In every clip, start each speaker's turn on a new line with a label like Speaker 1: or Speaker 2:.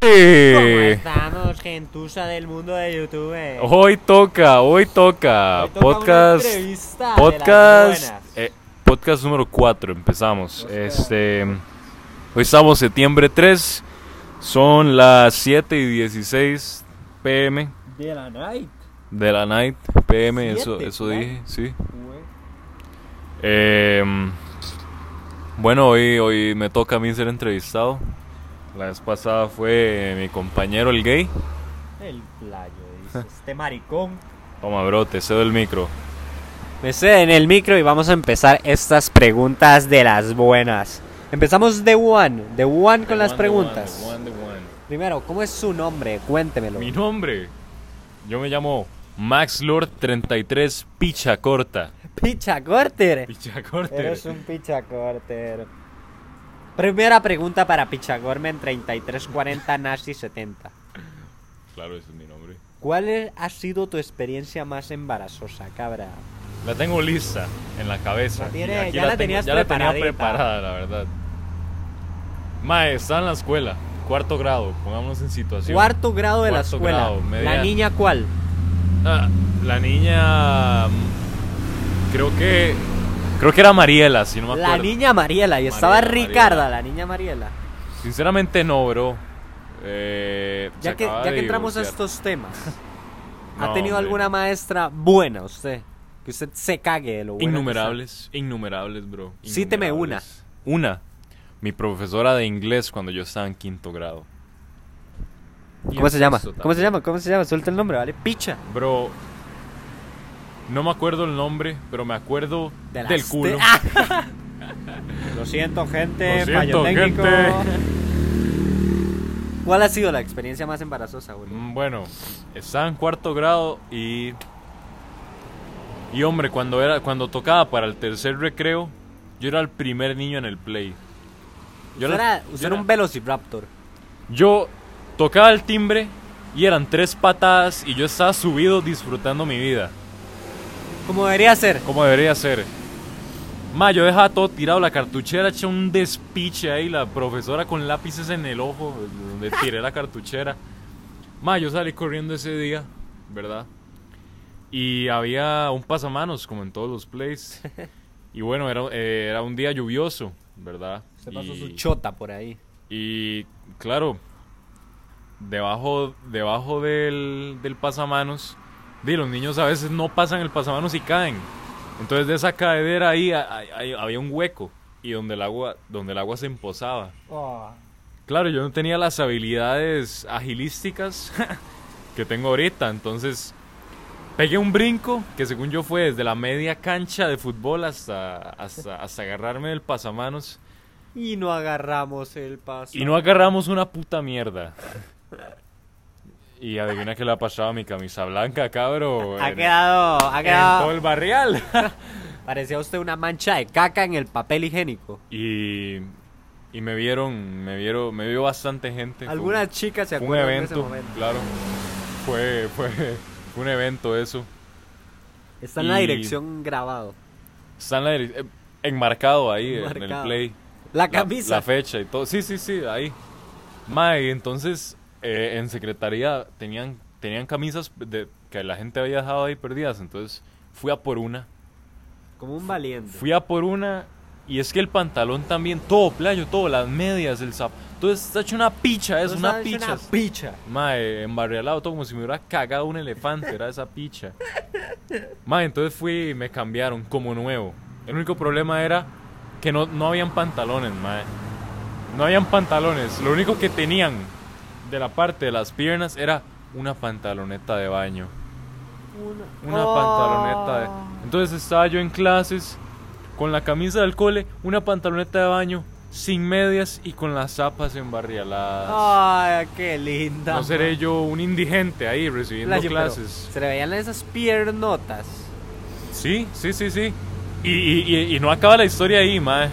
Speaker 1: ¿Cómo
Speaker 2: gente!
Speaker 1: estamos, gentusa del mundo de YouTube?
Speaker 2: Hoy toca, hoy toca.
Speaker 1: Hoy toca una
Speaker 2: podcast.
Speaker 1: entrevista de las
Speaker 2: Podcast.
Speaker 1: buenas.
Speaker 2: eh, podcast número 4. Empezamos. Este. Hoy estamos septiembre 3. Son las 7 y 16 pm
Speaker 1: De la night.
Speaker 2: de la night. PM, eso,
Speaker 1: Siete,
Speaker 2: eso
Speaker 1: claro.
Speaker 2: dije, sí. Em, bueno, hoy, hoy me toca a mí ser entrevistado. La vez pasada fue mi compañero el gay.
Speaker 1: El playo, dice este maricón.
Speaker 2: Toma, bro, te cedo el micro.
Speaker 1: Me ceden en el micro y vamos a empezar estas preguntas de las buenas. Empezamos de one, de one con las preguntas. Primero, ¿cómo es su nombre? Cuéntemelo.
Speaker 2: Mi nombre. Yo me llamo Max Lord 33 Picha Corta.
Speaker 1: Picha Corter.
Speaker 2: Picha Corta.
Speaker 1: Eres un pichacorter. Primera pregunta para Pichagormen 3340 Nazi 70.
Speaker 2: Claro, ese es mi nombre.
Speaker 1: ¿Cuál es- ha sido tu experiencia más embarazosa, cabra?
Speaker 2: La tengo lista en la cabeza.
Speaker 1: La tiene-
Speaker 2: Y aquí
Speaker 1: ya la tenías
Speaker 2: ya la tenía
Speaker 1: preparadita.
Speaker 2: preparada, la verdad. Mae, está en la escuela, cuarto grado, pongámonos en situación.
Speaker 1: Cuarto grado de la
Speaker 2: Cuarto
Speaker 1: escuela.
Speaker 2: grado,
Speaker 1: ¿La
Speaker 2: mediano.
Speaker 1: niña cuál?
Speaker 2: Ah, la niña. mm, Creo que. Creo que era Mariela, si no me acuerdo.
Speaker 1: La niña Mariela. Y estaba
Speaker 2: Mariela,
Speaker 1: Ricarda,
Speaker 2: Mariela.
Speaker 1: la niña Mariela.
Speaker 2: Sinceramente no, bro. Eh, se
Speaker 1: Ya que,
Speaker 2: acaba
Speaker 1: ya
Speaker 2: de
Speaker 1: que entramos a
Speaker 2: divorciar.
Speaker 1: estos temas, ¿ha
Speaker 2: No,
Speaker 1: tenido
Speaker 2: hombre.
Speaker 1: alguna maestra buena usted? Que usted se cague de lo bueno.
Speaker 2: Innumerables, innumerables, bro.
Speaker 1: Cíteme una.
Speaker 2: innumerables. Una. Mi profesora de inglés cuando yo estaba en quinto grado. Y
Speaker 1: ¿Cómo
Speaker 2: en
Speaker 1: se llama?
Speaker 2: sexto
Speaker 1: ¿Cómo se
Speaker 2: también.
Speaker 1: llama? ¿Cómo se llama? Suelta el nombre, ¿vale? Picha.
Speaker 2: Bro, no me acuerdo el nombre, pero me acuerdo
Speaker 1: De las
Speaker 2: del culo.
Speaker 1: te- ¡Ah! Lo siento, gente.
Speaker 2: Lo siento,
Speaker 1: fallo técnico.
Speaker 2: gente.
Speaker 1: ¿Cuál ha sido la experiencia más embarazosa, Julio?
Speaker 2: Mm, Bueno, estaba en cuarto grado y. Y hombre, cuando, era, cuando tocaba para el tercer recreo, yo era el primer niño en el play. Yo
Speaker 1: usted
Speaker 2: la-
Speaker 1: era, usted
Speaker 2: yo
Speaker 1: era
Speaker 2: la-
Speaker 1: un Velociraptor.
Speaker 2: Yo tocaba el timbre y eran tres patadas y yo estaba subido disfrutando mi vida,
Speaker 1: Como debería ser.
Speaker 2: como debería ser. Ma, yo dejaba todo tirado, la cartuchera hecha un despiche ahí, la profesora con lápices en el ojo, donde tiré la cartuchera. Ma, yo salí corriendo ese día, ¿verdad? Y había un pasamanos, como en todos los plays. Y bueno, era, eh, era un día lluvioso, ¿verdad?
Speaker 1: Se pasó su
Speaker 2: Y-
Speaker 1: chota por ahí.
Speaker 2: y claro, debajo, debajo del, del pasamanos, di, los niños a veces no pasan el pasamanos y caen. Entonces de esa caedera ahí a- a- ahí había un hueco y donde el agua, donde el agua se emposaba.
Speaker 1: Oh.
Speaker 2: Claro, yo no tenía las habilidades agilísticas que tengo ahorita, entonces pegué un brinco que según yo fue desde la media cancha de fútbol hasta, hasta, hasta agarrarme del pasamanos.
Speaker 1: Y no agarramos el paso.
Speaker 2: Y no agarramos una puta mierda. Y adivina qué le ha pasado a mi camisa blanca, cabro.
Speaker 1: ha
Speaker 2: en-
Speaker 1: quedado, ha
Speaker 2: en
Speaker 1: quedado.
Speaker 2: todo el barrial.
Speaker 1: Parecía usted una mancha de caca en el papel higiénico.
Speaker 2: y, y me vieron, me vieron, me vio bastante gente. Fue
Speaker 1: Algunas
Speaker 2: un-
Speaker 1: chicas se
Speaker 2: fue un
Speaker 1: acuerdan de ese
Speaker 2: evento,
Speaker 1: momento.
Speaker 2: claro. Fue, fue, fue un evento eso.
Speaker 1: Está en la
Speaker 2: Y-
Speaker 1: dirección grabado.
Speaker 2: Está en la dire- eh, enmarcado ahí en el
Speaker 1: Enmarcado.
Speaker 2: play.
Speaker 1: La camisa.
Speaker 2: La, fecha y todo. Sí, sí, sí, ahí. Mae, y entonces eh, en secretaría tenían, tenían camisas de, que la gente había dejado ahí perdidas. Entonces fui a por una.
Speaker 1: como un valiente.
Speaker 2: Fui a por una. Y es que el pantalón también, todo, playo, todo, las medias, el zap. Entonces está hecho una picha, es
Speaker 1: No
Speaker 2: una
Speaker 1: sabes,
Speaker 2: picha.
Speaker 1: Pues Una picha.
Speaker 2: Mae, embarrialado todo como si me hubiera cagado un elefante, era esa picha. Mae, entonces fui y me cambiaron como nuevo. El único problema era que no, no habían pantalones, mae. No habían pantalones. Lo único que tenían de la parte de las piernas era una pantaloneta de baño. Una
Speaker 1: Oh.
Speaker 2: pantaloneta de... Entonces estaba yo en clases con la camisa del cole, una pantaloneta de baño, sin medias y con las zapas embarrialadas.
Speaker 1: Oh. Ay, qué linda.
Speaker 2: No seré yo un indigente ahí recibiendo
Speaker 1: Playo, pero
Speaker 2: clases.
Speaker 1: Se le veían esas piernotas.
Speaker 2: Sí, sí, sí, sí. Y, y- y- y no acaba la historia ahí, mae.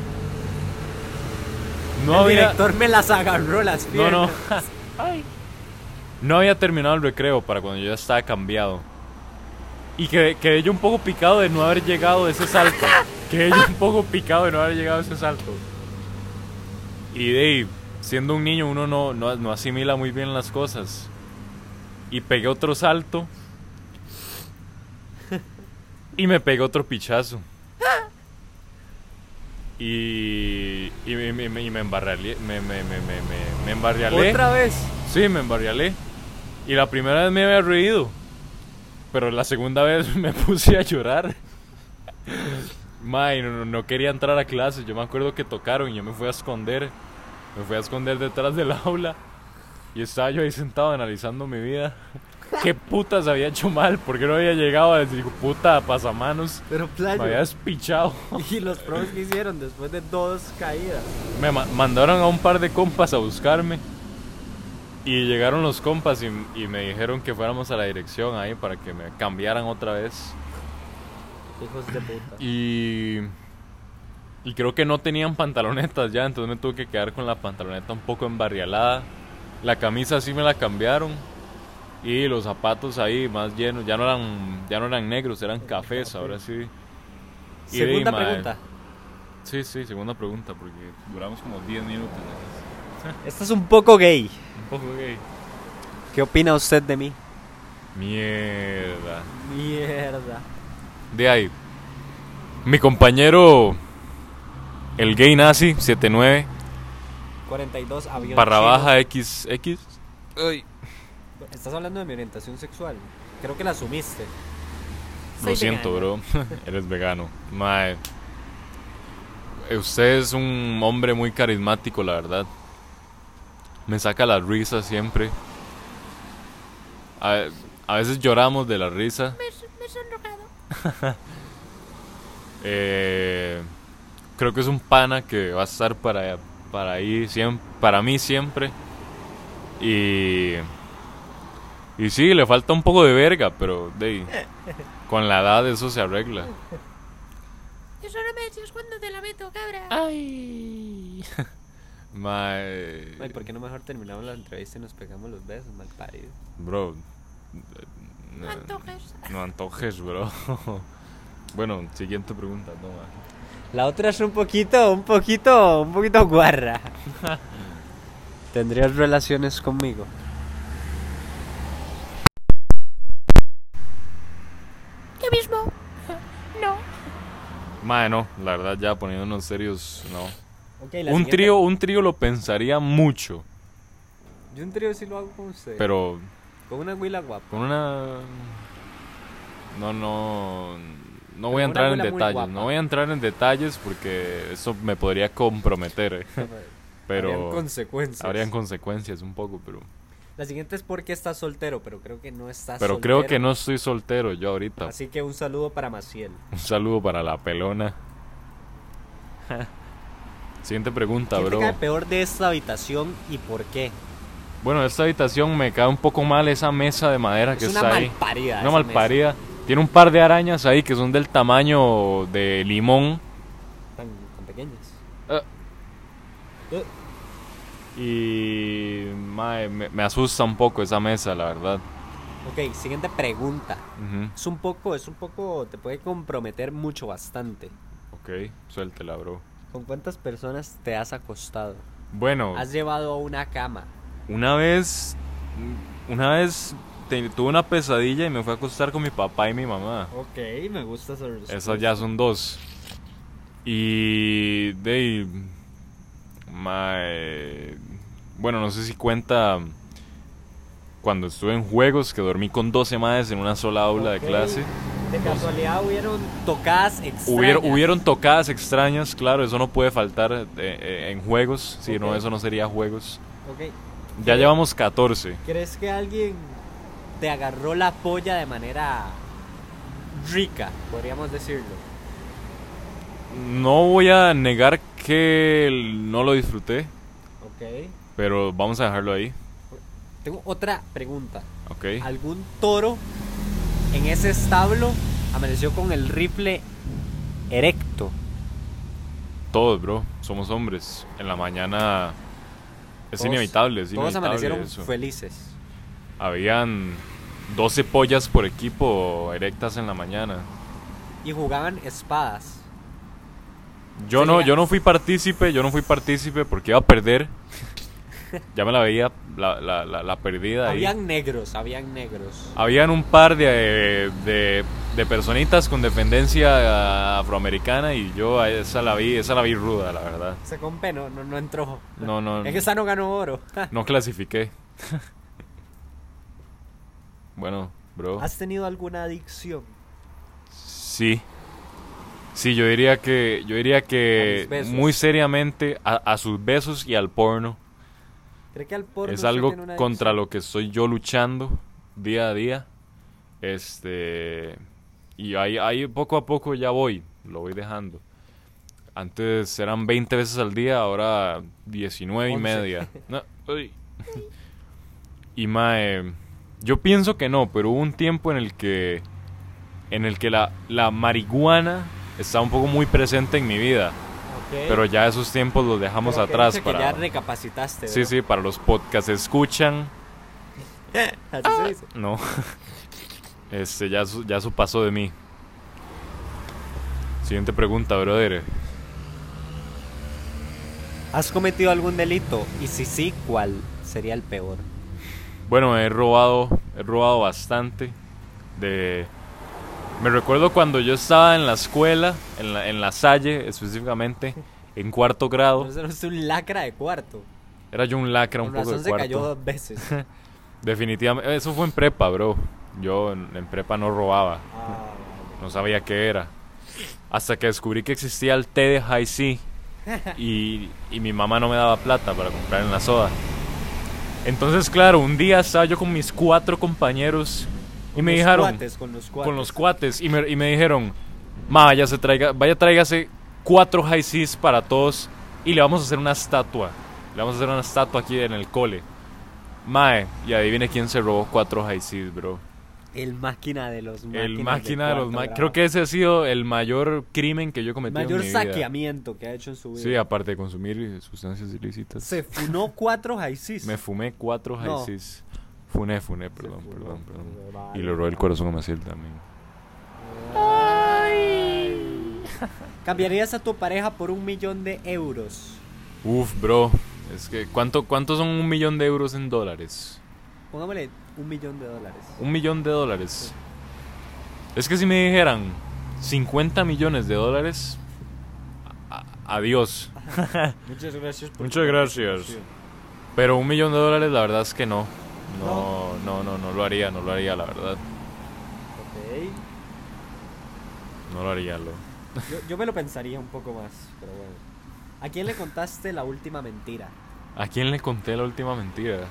Speaker 2: No
Speaker 1: El
Speaker 2: había.
Speaker 1: director me las agarró las
Speaker 2: No,
Speaker 1: piernas.
Speaker 2: no. No había terminado el recreo para cuando yo ya estaba cambiado. Y quedé, quedé yo un poco picado de no haber llegado a ese salto. Quedé yo un poco picado de no haber llegado a ese salto. Y Dave, siendo un niño uno no, no, no asimila muy bien las cosas. Y pegué otro salto. Y me pegué otro pichazo. Y, y, me, me, me, y me embarralé. Me, me, me, me, me embarrialé.
Speaker 3: ¿Otra vez?
Speaker 2: Sí, me embarrialé. Y la primera vez me había reído. Pero la segunda vez me puse a llorar. May, no, no quería entrar a clase. Yo me acuerdo que tocaron y yo me fui a esconder. Me fui a esconder detrás del aula. Y estaba yo ahí sentado analizando mi vida. ¿Qué putas había hecho mal? ¿Por qué no había llegado a decir puta pasamanos?
Speaker 3: Pero playo.
Speaker 2: Me había despichado.
Speaker 3: ¿Y los pros que hicieron después de dos caídas?
Speaker 2: Me ma mandaron a un par de compas a buscarme. Y llegaron los compas y, y, me dijeron que fuéramos a la dirección ahí para que me cambiaran otra vez.
Speaker 3: Hijos de puta.
Speaker 2: Y. Y creo que no tenían pantalonetas ya, entonces me tuve que quedar con la pantaloneta un poco embarrialada. La camisa sí me la cambiaron. Y los zapatos ahí más llenos, ya no eran, ya no eran negros, eran cafés, ahora sí.
Speaker 1: Y segunda de, pregunta. Madre.
Speaker 2: Sí, sí, segunda pregunta, porque duramos como 10 minutos.
Speaker 3: Este
Speaker 1: Esto es un poco gay.
Speaker 2: Un poco gay.
Speaker 1: ¿Qué opina usted de mí?
Speaker 2: Mierda.
Speaker 3: Mierda.
Speaker 2: De ahí. Mi compañero, el gay nazi, 79.
Speaker 1: 42 avión.
Speaker 2: Barra baja XX. Ay.
Speaker 1: Estás hablando de mi orientación sexual. Creo que la asumiste.
Speaker 2: Lo siento, bro. Eres vegano. Mae. Usted es un hombre muy carismático, la verdad. Me saca la risa siempre. A, a veces lloramos de la risa.
Speaker 4: Me, he
Speaker 2: sonrojado. eh, creo que es un pana que va a estar para, para, ahí, siempre, para mí siempre. Y. Y sí, le falta un poco de verga, pero de, con la edad eso se arregla.
Speaker 4: Yo solo me decías cuando te la meto, cabra.
Speaker 2: Ah. Ay.
Speaker 1: My... Ay, ¿por qué no mejor terminamos la entrevista y nos pegamos los besos, mal parido?
Speaker 2: Bro. eh,
Speaker 4: No antojes.
Speaker 2: No antojes, bro. bueno, siguiente pregunta, toma.
Speaker 1: La otra es un poquito, un poquito, un poquito guarra. ¿Tendrías relaciones conmigo?
Speaker 4: mismo. No.
Speaker 2: Madre, no, la verdad ya poniéndonos serios, no.
Speaker 1: Okay,
Speaker 2: un
Speaker 1: siguiente.
Speaker 2: trío, un trío lo pensaría mucho,
Speaker 1: Yo un trío sí lo hago con usted.
Speaker 2: pero
Speaker 1: Con una huila guapa.
Speaker 2: con una no no no voy
Speaker 1: una
Speaker 2: a entrar en
Speaker 1: abuela muy
Speaker 2: detalles,
Speaker 1: guapa.
Speaker 2: no voy a entrar en detalles porque eso me podría comprometer, eh,
Speaker 1: Habrían
Speaker 2: pero
Speaker 1: consecuencias.
Speaker 2: habrían consecuencias un poco, pero
Speaker 1: La siguiente es porque estás soltero, pero creo que no estás
Speaker 2: pero
Speaker 1: soltero.
Speaker 2: creo que no estoy soltero yo ahorita.
Speaker 1: Así que un saludo para Maciel.
Speaker 2: Un saludo para la pelona. Siguiente pregunta,
Speaker 1: ¿Quién te
Speaker 2: bro.
Speaker 1: cae peor de esta habitación y por qué?
Speaker 2: Bueno, esta habitación me cae un poco mal esa mesa de madera que
Speaker 1: es una
Speaker 2: está ahí.
Speaker 1: malparida.
Speaker 2: Una
Speaker 1: esa
Speaker 2: malparida. Tiene un par de arañas ahí que son del tamaño de limón.
Speaker 1: mesa. Tan, tan pequeñas.
Speaker 2: Ah.
Speaker 1: Eh.
Speaker 2: Y mae, me, me asusta un poco esa mesa, la verdad.
Speaker 1: Ok, siguiente pregunta.
Speaker 2: Ujú.
Speaker 1: Es un poco, es un poco, te puede comprometer mucho, bastante.
Speaker 2: Ok, suéltela, bro.
Speaker 1: ¿Con cuántas personas te has acostado?
Speaker 2: Bueno,
Speaker 1: ¿Has llevado a una cama?
Speaker 2: una vez, una vez te- tuve una pesadilla y me fui a acostar con mi papá y mi mamá.
Speaker 1: Ok, me gusta esa
Speaker 2: Esas ya son dos. Y. De. mae, Bueno, no sé si cuenta. Cuando estuve en juegos, que dormí con 12 madres en una sola aula
Speaker 1: Ok.
Speaker 2: de clase.
Speaker 1: De casualidad hubieron tocadas extrañas.
Speaker 2: Hubieron, hubieron tocadas extrañas, claro, eso no puede faltar eh, eh, en juegos, si no,
Speaker 1: Ok.
Speaker 2: eso no sería juegos.
Speaker 1: Ok,
Speaker 2: Ya llevamos 14.
Speaker 1: ¿crees que alguien te agarró la polla de manera rica, podríamos decirlo?
Speaker 2: No voy a negar que no lo disfruté,
Speaker 1: Ok.
Speaker 2: pero vamos a dejarlo ahí,
Speaker 1: Tengo otra pregunta.
Speaker 2: ¿ok?
Speaker 1: ¿Algún toro en ese establo amaneció con el rifle erecto?
Speaker 2: Todos, bro. Somos hombres. En la mañana es
Speaker 1: Todos-
Speaker 2: inevitable, es
Speaker 1: Todos
Speaker 2: inevitable
Speaker 1: amanecieron
Speaker 2: eso.
Speaker 1: felices.
Speaker 2: Habían 12 pollas por equipo erectas en la mañana.
Speaker 1: Y jugaban espadas.
Speaker 2: Yo
Speaker 1: Sí,
Speaker 2: no,
Speaker 1: ya.
Speaker 2: yo no fui partícipe, yo no fui partícipe porque iba a perder. Ya me la veía la, la, la, la perdida ahí. Ah.
Speaker 1: Habían negros, habían negros.
Speaker 2: Habían un par de, de, de personitas con dependencia afroamericana y yo a esa la vi, esa la vi ruda, la verdad.
Speaker 1: Se con no, no, no entró.
Speaker 2: No, no,
Speaker 1: Es que esa no ganó oro.
Speaker 2: no clasifiqué. bueno, bro.
Speaker 1: ¿Has tenido alguna adicción?
Speaker 2: Sí. Sí, yo diría que, yo diría
Speaker 1: A mis
Speaker 2: que
Speaker 1: besos.
Speaker 2: muy seriamente a, a sus besos y al porno.
Speaker 1: ¿Cree que al porno
Speaker 2: es
Speaker 1: usted
Speaker 2: algo
Speaker 1: tiene una adicción?
Speaker 2: contra lo que estoy yo luchando día a día. Este. Y ahí, ahí poco a poco ya voy, lo voy dejando. Antes eran 20 veces al día, ahora 19 y
Speaker 1: Once.
Speaker 2: media. No, uy. Y mae, yo pienso que no, pero hubo un tiempo en el que en el que la, la marihuana estaba un poco muy presente en mi vida,
Speaker 1: Ok.
Speaker 2: pero ya esos tiempos los dejamos
Speaker 1: Eh. Pero que
Speaker 2: atrás
Speaker 1: dice que
Speaker 2: para
Speaker 1: ya recapacitaste.
Speaker 2: Sí,
Speaker 1: Este, ¿no?
Speaker 2: sí, para los podcasts escuchan.
Speaker 3: Así se dice.
Speaker 2: No. Este, ya su, ya su pasó de mí. Siguiente pregunta, brother.
Speaker 1: ¿Has cometido algún delito? Y si sí, ¿cuál sería el peor?
Speaker 2: Bueno, he robado, he robado bastante. De... Me recuerdo cuando yo estaba en la escuela, en la, en la Salle específicamente, en cuarto grado.
Speaker 1: Entonces es un lacra de cuarto.
Speaker 2: Oh. Era yo un lacra un
Speaker 1: Con
Speaker 2: poco
Speaker 1: razón
Speaker 2: de
Speaker 1: se cayó
Speaker 2: cuarto.
Speaker 1: dos veces.
Speaker 2: Definitivamente, eso fue en prepa, bro. Yo en- en prepa no robaba.
Speaker 1: Ah,
Speaker 2: No sabía qué era. Hasta que descubrí que existía el té de High C. Y, y mi mamá no me daba plata para comprar en la soda. Entonces, claro, un día estaba yo con mis cuatro compañeros y me
Speaker 1: los
Speaker 2: dijeron,
Speaker 1: cuates, con los cuates.
Speaker 2: con los cuates, y me, y me dijeron, ma, vaya, se traiga, vaya, tráigase cuatro High Cs para todos y le vamos a hacer una estatua. Le vamos a hacer una estatua aquí en el cole. Mae, y adivine quién se robó cuatro High Cs, bro.
Speaker 1: El máquina de los máquinas.
Speaker 2: El máquina de los
Speaker 1: cuarto
Speaker 2: ma-
Speaker 1: grado.
Speaker 2: Creo que ese ha sido el mayor crimen que yo he cometido
Speaker 1: Mayor
Speaker 2: en mi vida.
Speaker 1: saqueamiento que ha hecho en su vida.
Speaker 2: Sí, aparte de consumir sustancias ilícitas.
Speaker 1: Se funó cuatro Ah, haicis.
Speaker 2: Me fumé cuatro
Speaker 1: No.
Speaker 2: haisis. Funé, funé, perdón,
Speaker 1: funó,
Speaker 2: perdón, perdón.
Speaker 1: pero
Speaker 2: Y
Speaker 1: vale,
Speaker 2: le robé el corazón a Maciel también.
Speaker 1: ¿Cambiarías a tu pareja por un millón de euros?
Speaker 2: Uf, bro. Es que, ¿cuánto, ¿cuánto son un millón de euros en dólares?
Speaker 1: Pongámosle un millón de dólares.
Speaker 2: Un millón de dólares. Es que si me dijeran 50 millones de dólares, a- a- adiós.
Speaker 1: Muchas gracias.
Speaker 2: Muchas gracias. Pero un millón de dólares, la verdad es que no. No, no, no, no lo haría, no lo haría, la verdad.
Speaker 3: Ok.
Speaker 2: No lo haría, lo.
Speaker 1: Yo, yo me lo pensaría un poco más, pero bueno. ¿A quién le contaste la última mentira?
Speaker 2: ¿A quién le conté la última mentira?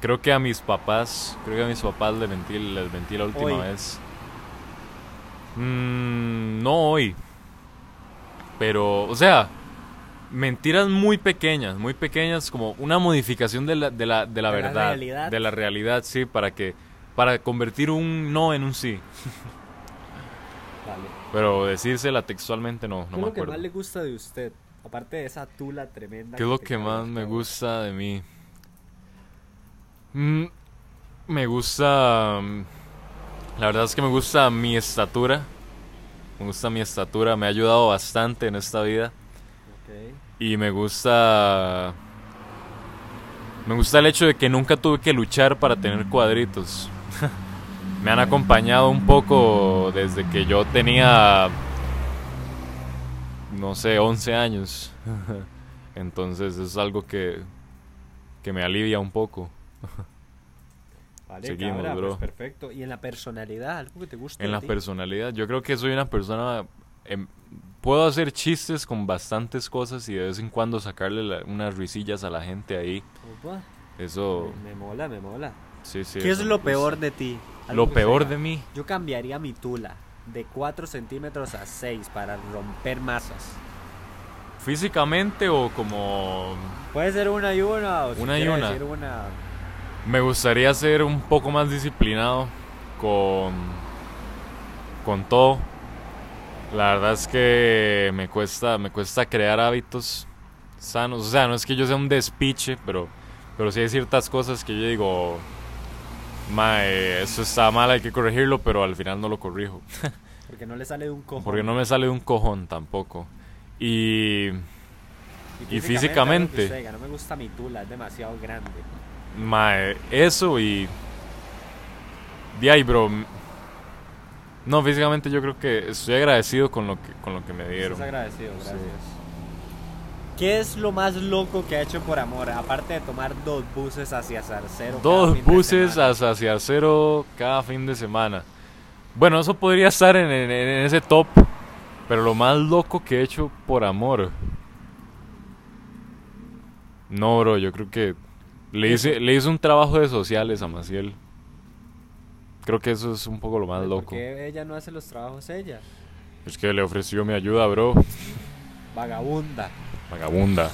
Speaker 2: Creo que a mis papás, creo que a mis papás les mentí, les mentí la última
Speaker 1: Hoy.
Speaker 2: vez. Mm, no hoy. Pero, o sea, mentiras muy pequeñas, muy pequeñas, como una modificación de la, de la, de la
Speaker 1: De la
Speaker 2: verdad.
Speaker 1: realidad.
Speaker 2: De la realidad, sí, para que, para convertir un no en un sí.
Speaker 1: Vale.
Speaker 2: Pero decírsela textualmente no, no
Speaker 1: ¿Qué es
Speaker 2: me
Speaker 1: lo que
Speaker 2: acuerdo.
Speaker 1: más le gusta de usted? Aparte de esa tula tremenda.
Speaker 2: ¿Qué es lo
Speaker 1: te
Speaker 2: que
Speaker 1: cae
Speaker 2: más
Speaker 1: en
Speaker 2: me
Speaker 1: la
Speaker 2: gusta de mí? Mm, me gusta... mm, La verdad es que me gusta mi estatura. Me gusta mi estatura. Me ha ayudado bastante en esta vida.
Speaker 1: boca?
Speaker 2: Y me gusta... Me gusta el hecho de que nunca tuve que luchar para tener cuadritos. me han acompañado un poco desde que yo tenía... No sé, 11 años. Entonces es algo que, que me alivia un poco.
Speaker 1: Vale,
Speaker 2: Seguimos,
Speaker 1: cabra,
Speaker 2: bro.
Speaker 1: pues perfecto. ¿Y en la personalidad? ¿Algo que te gusta?
Speaker 2: En
Speaker 1: de
Speaker 2: la
Speaker 1: ti?
Speaker 2: personalidad, yo creo que soy una persona... em, puedo hacer chistes con bastantes cosas y de vez en cuando sacarle la- unas risillas a la gente ahí.
Speaker 1: Opa,
Speaker 2: Eso...
Speaker 1: me- me mola, me mola.
Speaker 2: Sí, Oh. sí,
Speaker 1: ¿Qué es
Speaker 2: eso
Speaker 1: lo
Speaker 2: me
Speaker 1: peor
Speaker 2: gusta.
Speaker 1: de ti? Algo
Speaker 2: Lo
Speaker 1: que
Speaker 2: peor
Speaker 1: sea.
Speaker 2: de mí.
Speaker 1: Yo cambiaría mi tula de 4 centímetros a 6 para romper masas.
Speaker 2: Físicamente o como...
Speaker 1: Puede ser una y una o si
Speaker 2: Una y
Speaker 1: quiere
Speaker 2: una.
Speaker 1: decir una.
Speaker 2: Me gustaría ser un poco más disciplinado con... Con todo. La verdad es que me cuesta, me cuesta crear hábitos sanos. O sea, no es que yo sea un despiche, pero, pero sí hay ciertas cosas que yo digo... Mae, eso está mal, hay que corregirlo, pero al final no lo corrijo.
Speaker 1: Porque no le sale de un cojo.
Speaker 2: Porque no me sale de un cojón tampoco. Y Y físicamente.
Speaker 1: es lo que usted diga, No me gusta mi tula, es demasiado grande.
Speaker 2: Mae, eso y. De ahí, bro. No, físicamente yo creo que estoy agradecido con lo que, con lo que me dieron.
Speaker 1: Estás agradecido, gracias. ¿Qué es lo más loco que ha hecho por amor? Aparte de tomar dos buses hacia Zarcero. cada
Speaker 2: Dos
Speaker 1: fin de
Speaker 2: buses
Speaker 1: semana.
Speaker 2: hacia, hacia cero cada fin de semana. Bueno, eso podría estar en, en- en ese top. Pero lo más loco que he hecho por amor. No, bro, yo creo que le hice, le hice un trabajo de sociales a Maciel. Creo que eso es un poco lo más
Speaker 1: ¿Por
Speaker 2: loco.
Speaker 1: qué ella no hace los trabajos ella?
Speaker 2: Es que le ofreció mi ayuda, bro.
Speaker 1: Vagabunda.
Speaker 2: Vagabunda.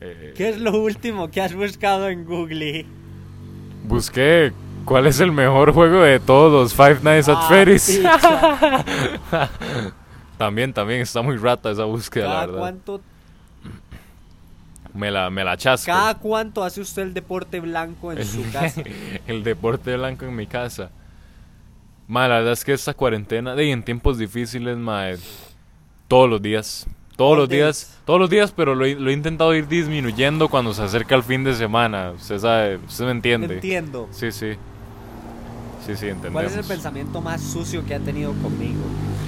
Speaker 2: Eh,
Speaker 1: ¿Qué es lo último que has buscado en Google?
Speaker 2: Busqué cuál es el mejor juego de todos los Five Nights
Speaker 1: Ah,
Speaker 2: at Freddy's.
Speaker 1: Pizza.
Speaker 2: También, también está muy rata esa búsqueda, la
Speaker 1: ¿Cada
Speaker 2: verdad.
Speaker 1: cuánto,
Speaker 2: Me la, me la chasco.
Speaker 1: ¿Cada cuánto hace usted el deporte blanco en su casa?
Speaker 2: el deporte blanco en mi casa. Ma, la verdad es que esta cuarentena, de, en tiempos difíciles, ma, eh, todos los días. Todos los días, todos los días, pero lo, he- lo he intentado ir disminuyendo cuando se acerca el fin de semana. Usted sabe, usted me entiende.
Speaker 1: Entiendo.
Speaker 2: Sí, sí. Sí, sí, entendemos.
Speaker 1: ¿Cuál es el pensamiento más sucio que ha tenido conmigo?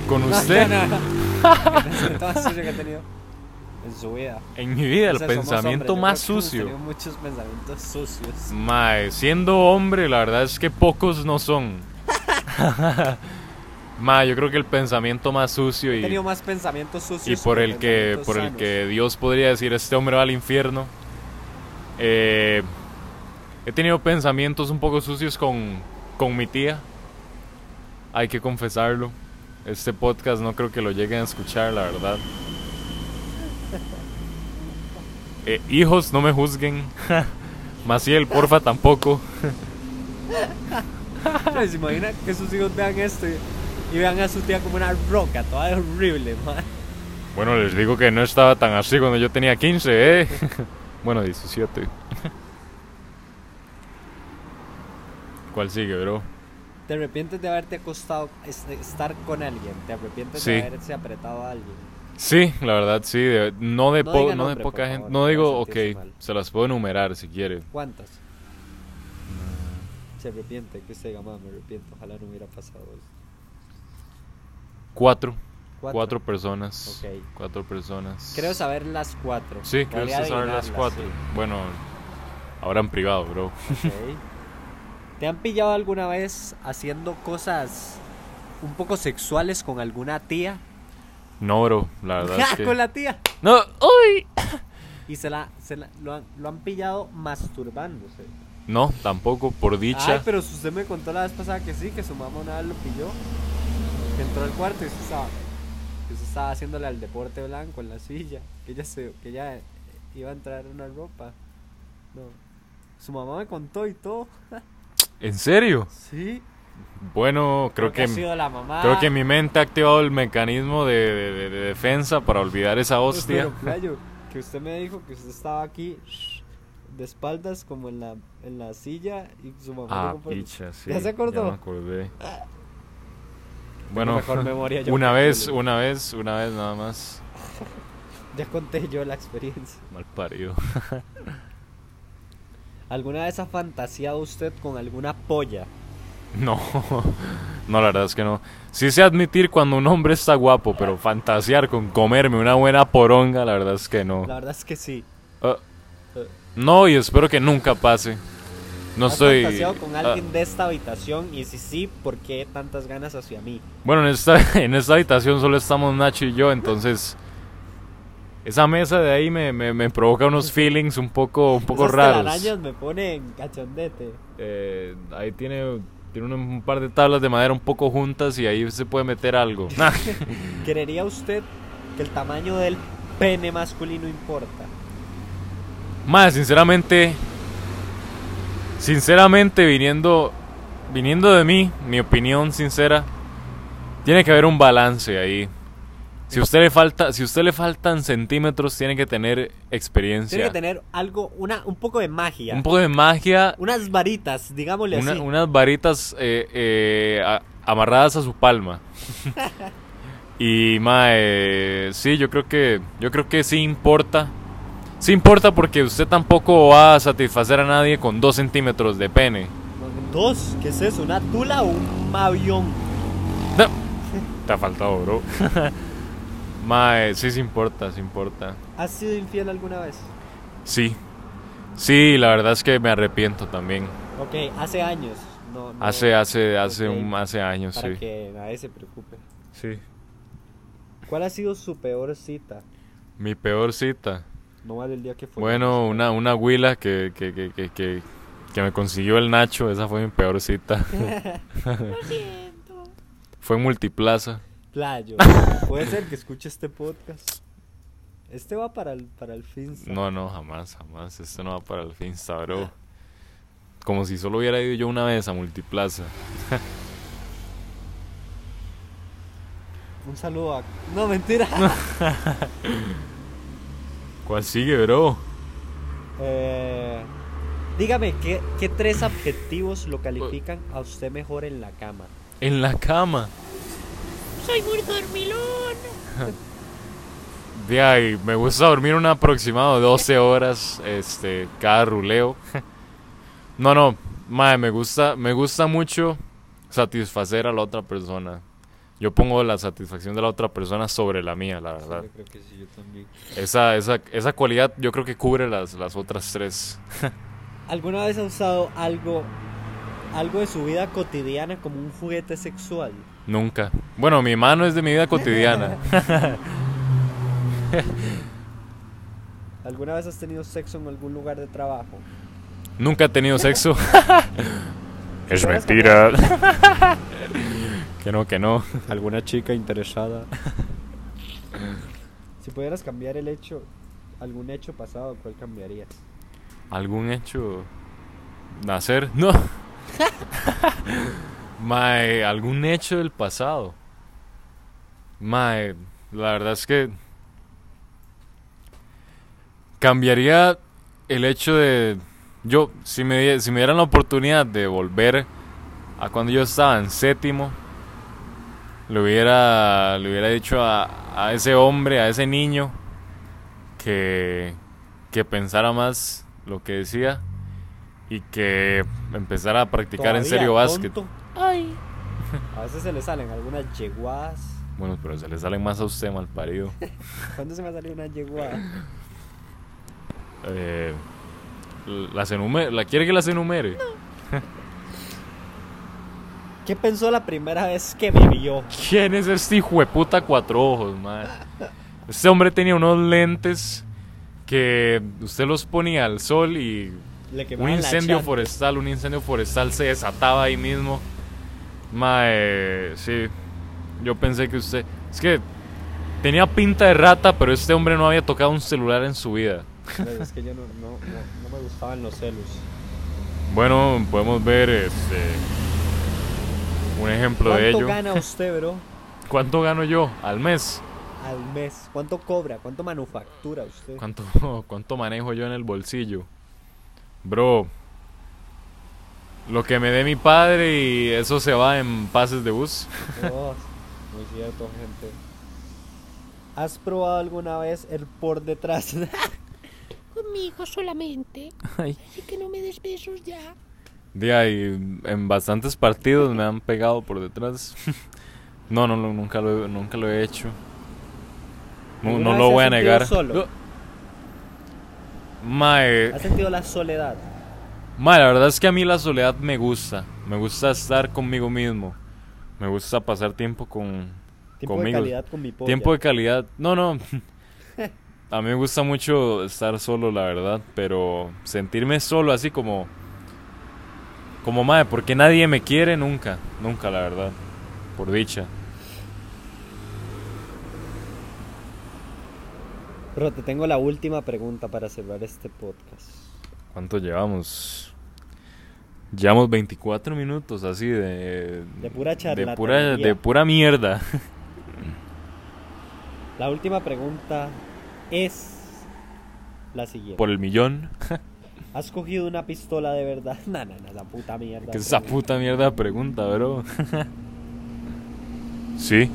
Speaker 2: Con usted,
Speaker 1: No, no, no. El pensamiento más sucio que ha tenido en su vida.
Speaker 2: en mi vida, el
Speaker 1: No sé, somos hombres,
Speaker 2: pensamiento
Speaker 1: yo creo
Speaker 2: más
Speaker 1: que hemos
Speaker 2: sucio.
Speaker 1: tenido muchos pensamientos sucios.
Speaker 2: Mae, siendo hombre, la verdad es que pocos no son. Mae, yo creo que el pensamiento más sucio
Speaker 1: He tenido
Speaker 2: y,
Speaker 1: más pensamientos
Speaker 2: y
Speaker 1: sucios.
Speaker 2: por el que por el
Speaker 1: pensamientos
Speaker 2: que Dios podría decir este hombre va al infierno. eh, he tenido pensamientos un poco sucios con, con mi tía. Hay que confesarlo. Este podcast no creo que lo lleguen a escuchar, la verdad. Eh, hijos, no me juzguen. Maciel, porfa, tampoco.
Speaker 1: sanos. ¿Se imagina que sus hijos vean esto y- y vean a su tía como una roca, toda horrible, man?
Speaker 2: Bueno, les digo que no estaba tan así cuando yo tenía 15, ¿eh? bueno, 17. ¿Cuál sigue, bro?
Speaker 1: ¿Te arrepientes de haberte acostado, es- estar con alguien? ¿Te arrepientes
Speaker 2: Sí.
Speaker 1: de haberse apretado a alguien?
Speaker 2: Sí, la verdad, sí. de- no de,
Speaker 1: No
Speaker 2: po-
Speaker 1: diga
Speaker 2: no de
Speaker 1: nombre, por
Speaker 2: poca gente.
Speaker 1: favor,
Speaker 2: No
Speaker 1: para
Speaker 2: digo, ok,
Speaker 1: sentirse mal.
Speaker 2: se las puedo enumerar si quiere.
Speaker 1: ¿Cuántas? Se arrepiente, que usted diga, "Ma, me arrepiento, ojalá no hubiera pasado eso.
Speaker 2: Cuatro.
Speaker 1: Cuatro.
Speaker 2: Cuatro, personas.
Speaker 1: Ok.
Speaker 2: Cuatro personas.
Speaker 1: Creo saber las cuatro.
Speaker 2: Sí, creo
Speaker 1: Podría
Speaker 2: usted saber las
Speaker 1: adivinarlas,
Speaker 2: cuatro. Bueno, ahora en privado, bro.
Speaker 1: sí. Ok. ¿Te han pillado alguna vez haciendo cosas un poco sexuales con alguna tía?
Speaker 2: No, bro, la verdad. es que-
Speaker 1: con la tía.
Speaker 2: No, uy.
Speaker 1: Y se la, se la- lo, han, lo han pillado masturbándose.
Speaker 2: No, tampoco, por dicha.
Speaker 1: Ay, pero si usted me contó la vez pasada que sí, que su mamá una vez lo pilló. Que entró al cuarto y se estaba, que usted estaba haciéndole al deporte blanco en la silla. Que ella, se, que ella iba a entrar en una ropa. No. Su mamá me contó y todo.
Speaker 2: ¿En serio?
Speaker 1: Sí.
Speaker 2: Bueno, creo, que.
Speaker 1: ha sido la mamá.
Speaker 2: Creo que mi mente ha activado el mecanismo de, de- de- de defensa para olvidar esa hostia.
Speaker 1: Pero, playo, que usted me dijo que usted estaba aquí shh, de espaldas como en la, en la silla y su mamá
Speaker 2: Ah,
Speaker 1: lo compró.
Speaker 2: picha, sí.
Speaker 1: ¿Ya se acordó?
Speaker 2: me acordé. Bueno,
Speaker 1: mejor memoria yo
Speaker 2: una
Speaker 1: que
Speaker 2: vez,
Speaker 1: Julio.
Speaker 2: una vez, una vez nada más.
Speaker 1: Ya conté yo la experiencia.
Speaker 2: Mal parido.
Speaker 1: ¿Alguna vez ha fantaseado usted con alguna polla?
Speaker 2: No, no, la verdad es que no. Sí sé admitir cuando un hombre está guapo, pero fantasear con comerme una buena poronga, la verdad es que no.
Speaker 1: La verdad es que sí.
Speaker 2: Ah, no, y espero que nunca pase. No
Speaker 1: ¿Has
Speaker 2: estoy...
Speaker 1: fantaseado con
Speaker 2: ah,
Speaker 1: alguien de esta habitación? Y si sí, ¿por qué tantas ganas hacia mí?
Speaker 2: Bueno, en esta, en esta habitación solo estamos Nacho y yo, entonces esa mesa de ahí me, me- me provoca unos feelings un poco, un poco
Speaker 1: Esas
Speaker 2: raros.
Speaker 1: telarañas me ponen cachondete.
Speaker 2: Eh, ahí tiene, tiene un, un par de tablas de madera un poco juntas y ahí se puede meter algo. Nah,
Speaker 1: ¿Creería usted que el tamaño del pene masculino importa?
Speaker 2: Más, sinceramente, sinceramente viniendo, viniendo de mí, mi opinión sincera, tiene que haber un balance ahí. Si a usted le falta, si a usted le faltan centímetros, tiene que tener experiencia.
Speaker 1: Tiene que tener algo, una, un poco de magia.
Speaker 2: Un poco de magia,
Speaker 1: Unas varitas, digámosle
Speaker 2: una-
Speaker 1: así.
Speaker 2: unas varitas eh, eh, a- amarradas a su palma. Y mae, sí, yo creo que yo creo que sí importa. Sí importa porque usted tampoco va a satisfacer a nadie con dos centímetros de pene.
Speaker 1: Dos, ¿qué es eso? ¿Una tula o un avión?
Speaker 2: No, Te ha faltado, bro. mae, sí, sí importa, sí importa.
Speaker 1: ¿Has sido infiel alguna vez?
Speaker 2: Sí. Sí, la verdad es que me arrepiento también.
Speaker 1: Ok, hace años. No, no-
Speaker 2: Hace, hace, hace,
Speaker 1: Ok,
Speaker 2: un, hace años,
Speaker 1: Para
Speaker 2: sí.
Speaker 1: que nadie se preocupe.
Speaker 2: Sí.
Speaker 1: ¿Cuál ha sido su peor cita?
Speaker 2: Mi peor cita.
Speaker 1: No vale el día que fue. Pues,
Speaker 2: Bueno, una, una huila que, que, que, que, que, que me consiguió el Nacho, esa fue mi peor cita.
Speaker 4: Lo siento.
Speaker 2: fue en Multiplaza.
Speaker 1: Playo. Puede ser que escuche este podcast. Este va para el, para el fin.
Speaker 2: No, no, jamás, jamás. Esto no va para el fin,
Speaker 1: Ah.
Speaker 2: bro. Como si solo hubiera ido yo una vez a Multiplaza.
Speaker 1: Un saludo a. No, mentira.
Speaker 2: ¿Cuál sigue, bro?
Speaker 1: Eh, dígame, ¿qué, qué tres adjetivos
Speaker 2: Pues-
Speaker 1: lo califican a usted mejor en la cama?
Speaker 2: En la cama.
Speaker 4: Soy muy dormilón.
Speaker 2: De ahí, me gusta dormir un aproximado de 12 horas este, cada ruleo. No, no, mae, me gusta, me gusta mucho satisfacer a la otra persona. Yo pongo la satisfacción de la otra persona sobre la mía, la verdad.
Speaker 5: creo que sí, yo también.
Speaker 2: Esa, esa, esa cualidad yo creo que cubre las, las otras tres.
Speaker 1: ¿Alguna vez ha usado algo, algo de su vida cotidiana como un juguete sexual?
Speaker 2: Nunca. Bueno, mi mano es de mi vida cotidiana.
Speaker 1: ¿Alguna vez has tenido sexo en algún lugar de trabajo?
Speaker 2: Nunca he tenido sexo. es
Speaker 1: Pero es
Speaker 2: mentira. que no, que no.
Speaker 5: ¿Alguna chica interesada?
Speaker 1: Si pudieras cambiar el hecho, algún hecho pasado, ¿cuál cambiarías?
Speaker 2: ¿Algún hecho? ¿Nacer? No. Mae, ¿algún hecho del pasado? Mae, la verdad es que... Cambiaría el hecho de... Yo, si me, die- si me dieran la oportunidad de volver a cuando yo estaba en séptimo, le hubiera, le hubiera dicho a, a ese hombre, a ese niño, que, que pensara más lo que decía y que empezara a practicar en
Speaker 1: Todavía,
Speaker 2: serio básquet.
Speaker 1: tonto.
Speaker 4: Ay.
Speaker 1: A veces se le salen algunas yeguadas.
Speaker 2: Bueno, pero se le salen más a usted, mal parido.
Speaker 1: ¿Cuándo se me ha salido una yeguada?
Speaker 2: Eh, las enume- ¿La quiere que las enumere?
Speaker 1: ¿Qué pensó la primera vez que me vio?
Speaker 2: ¿Quién es este hijo de puta cuatro ojos, madre? Este hombre tenía unos lentes que usted los ponía al sol y
Speaker 1: Le
Speaker 2: un
Speaker 1: quemaban la
Speaker 2: incendio
Speaker 1: chan-
Speaker 2: forestal, un incendio forestal se desataba ahí mismo. Mae, sí. Yo pensé que usted. Es que tenía pinta de rata, pero este hombre no había tocado un celular en su vida.
Speaker 1: Pero Es que yo no, no, no, no me gustaban los celos.
Speaker 2: Bueno, podemos ver este. Un ejemplo de
Speaker 1: ¿Cuánto
Speaker 2: ello.
Speaker 1: gana usted, bro,
Speaker 2: ¿Cuánto gano yo al mes?
Speaker 1: al mes? ¿Cuánto cobra? ¿Cuánto manufactura usted?
Speaker 2: ¿Cuánto, ¿Cuánto manejo yo en el bolsillo? Bro, lo que me dé mi padre y eso se va en pases de bus.
Speaker 1: Oh, muy cierto, gente. ¿Has probado alguna vez el por detrás?
Speaker 4: Conmigo solamente.
Speaker 2: Ay.
Speaker 4: Así que no me des besos ya.
Speaker 2: De ahí, en bastantes partidos me han pegado por detrás. No, no, no, nunca, lo, he- nunca lo he hecho. No,
Speaker 1: ¿Alguna
Speaker 2: no
Speaker 1: vez
Speaker 2: lo
Speaker 1: se
Speaker 2: voy
Speaker 1: ha
Speaker 2: a
Speaker 1: sentido
Speaker 2: negar.
Speaker 1: solo?
Speaker 2: Mae,
Speaker 1: ¿Has sentido la soledad?
Speaker 2: Mae, la verdad es que a mí la soledad me gusta. Me gusta estar conmigo mismo. Me gusta pasar tiempo con
Speaker 1: Tiempo
Speaker 2: conmigo.
Speaker 1: de calidad con mi polla.
Speaker 2: Tiempo de calidad. No, no. A mí me gusta mucho estar solo, la verdad, pero sentirme solo así como como madre, porque nadie me quiere nunca, nunca la verdad. Por dicha.
Speaker 1: Pero te tengo la última pregunta para cerrar este podcast.
Speaker 2: ¿Cuánto llevamos? Llevamos 24 minutos así de
Speaker 1: De pura
Speaker 2: de pura
Speaker 1: charlatanería.
Speaker 2: de pura mierda.
Speaker 1: La última pregunta es la siguiente.
Speaker 2: Por el millón.
Speaker 1: ¿Has cogido una pistola de verdad? No, no, no, la puta mierda.
Speaker 2: Que esa puta mierda de pregunta, bro. sí.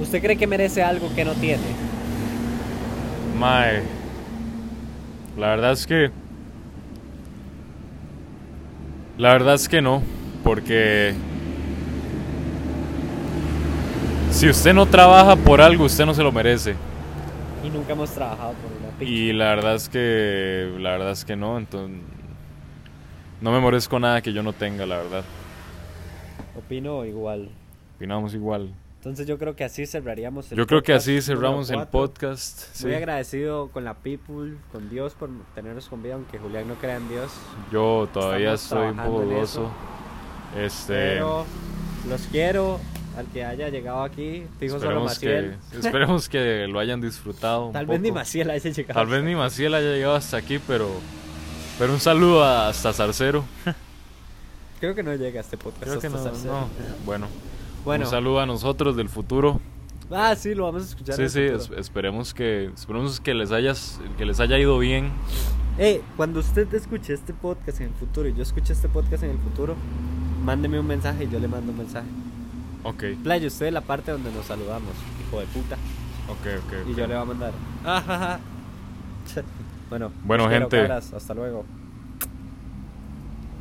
Speaker 3: ¿Usted cree que merece algo que no tiene?
Speaker 2: Mae. La verdad es que. La verdad es que no. Porque. Si usted no trabaja por algo, usted no se lo merece.
Speaker 3: Y nunca hemos trabajado por una picha.
Speaker 2: Y la verdad es que. La verdad es que no. Entonces. No me merezco nada que yo no tenga, la verdad.
Speaker 3: Opino igual.
Speaker 2: Opinamos igual.
Speaker 3: Entonces yo creo que así cerraríamos el
Speaker 2: Yo creo que
Speaker 3: podcast
Speaker 2: así
Speaker 3: número
Speaker 2: cerramos el
Speaker 3: cuatro.
Speaker 2: podcast. sí.
Speaker 1: Muy agradecido con la people, con Dios por tenernos con vida, aunque Julián no crea en Dios.
Speaker 2: Yo todavía
Speaker 1: Estamos
Speaker 2: estoy un poco
Speaker 1: trabajando en eso.
Speaker 2: dudoso. Este.
Speaker 1: Pero los quiero. Al que haya llegado aquí, dijo solo
Speaker 2: Esperemos que,
Speaker 1: Maciel.
Speaker 2: esperemos que lo hayan disfrutado. un
Speaker 1: Tal vez ni
Speaker 2: poco.
Speaker 1: Maciel haya llegado.
Speaker 2: Tal vez ni Maciel haya llegado hasta aquí, pero, pero un saludo a- hasta Zarcero.
Speaker 1: Creo que no llega a este podcast.
Speaker 2: Creo que
Speaker 1: hasta
Speaker 2: no,
Speaker 1: Sarcero.
Speaker 2: no. Bueno,
Speaker 1: Bueno,
Speaker 2: un saludo a nosotros del futuro.
Speaker 1: ah, sí, lo vamos a escuchar. en
Speaker 2: Sí,
Speaker 1: el
Speaker 2: sí,
Speaker 1: futuro.
Speaker 2: es- esperemos que esperemos que les hayas que les haya ido bien.
Speaker 1: Eh, cuando usted escuche este podcast en el futuro y yo escuche este podcast en el futuro, mándeme un mensaje y yo le mando un mensaje.
Speaker 2: Ok,
Speaker 1: Playa, usted es la parte donde nos saludamos, hijo de puta.
Speaker 2: ok, ok.
Speaker 1: Y yo le voy a mandar. Ajaja. bueno,
Speaker 2: Bueno,
Speaker 1: los quiero,
Speaker 2: gente.
Speaker 1: cabras, Hasta luego.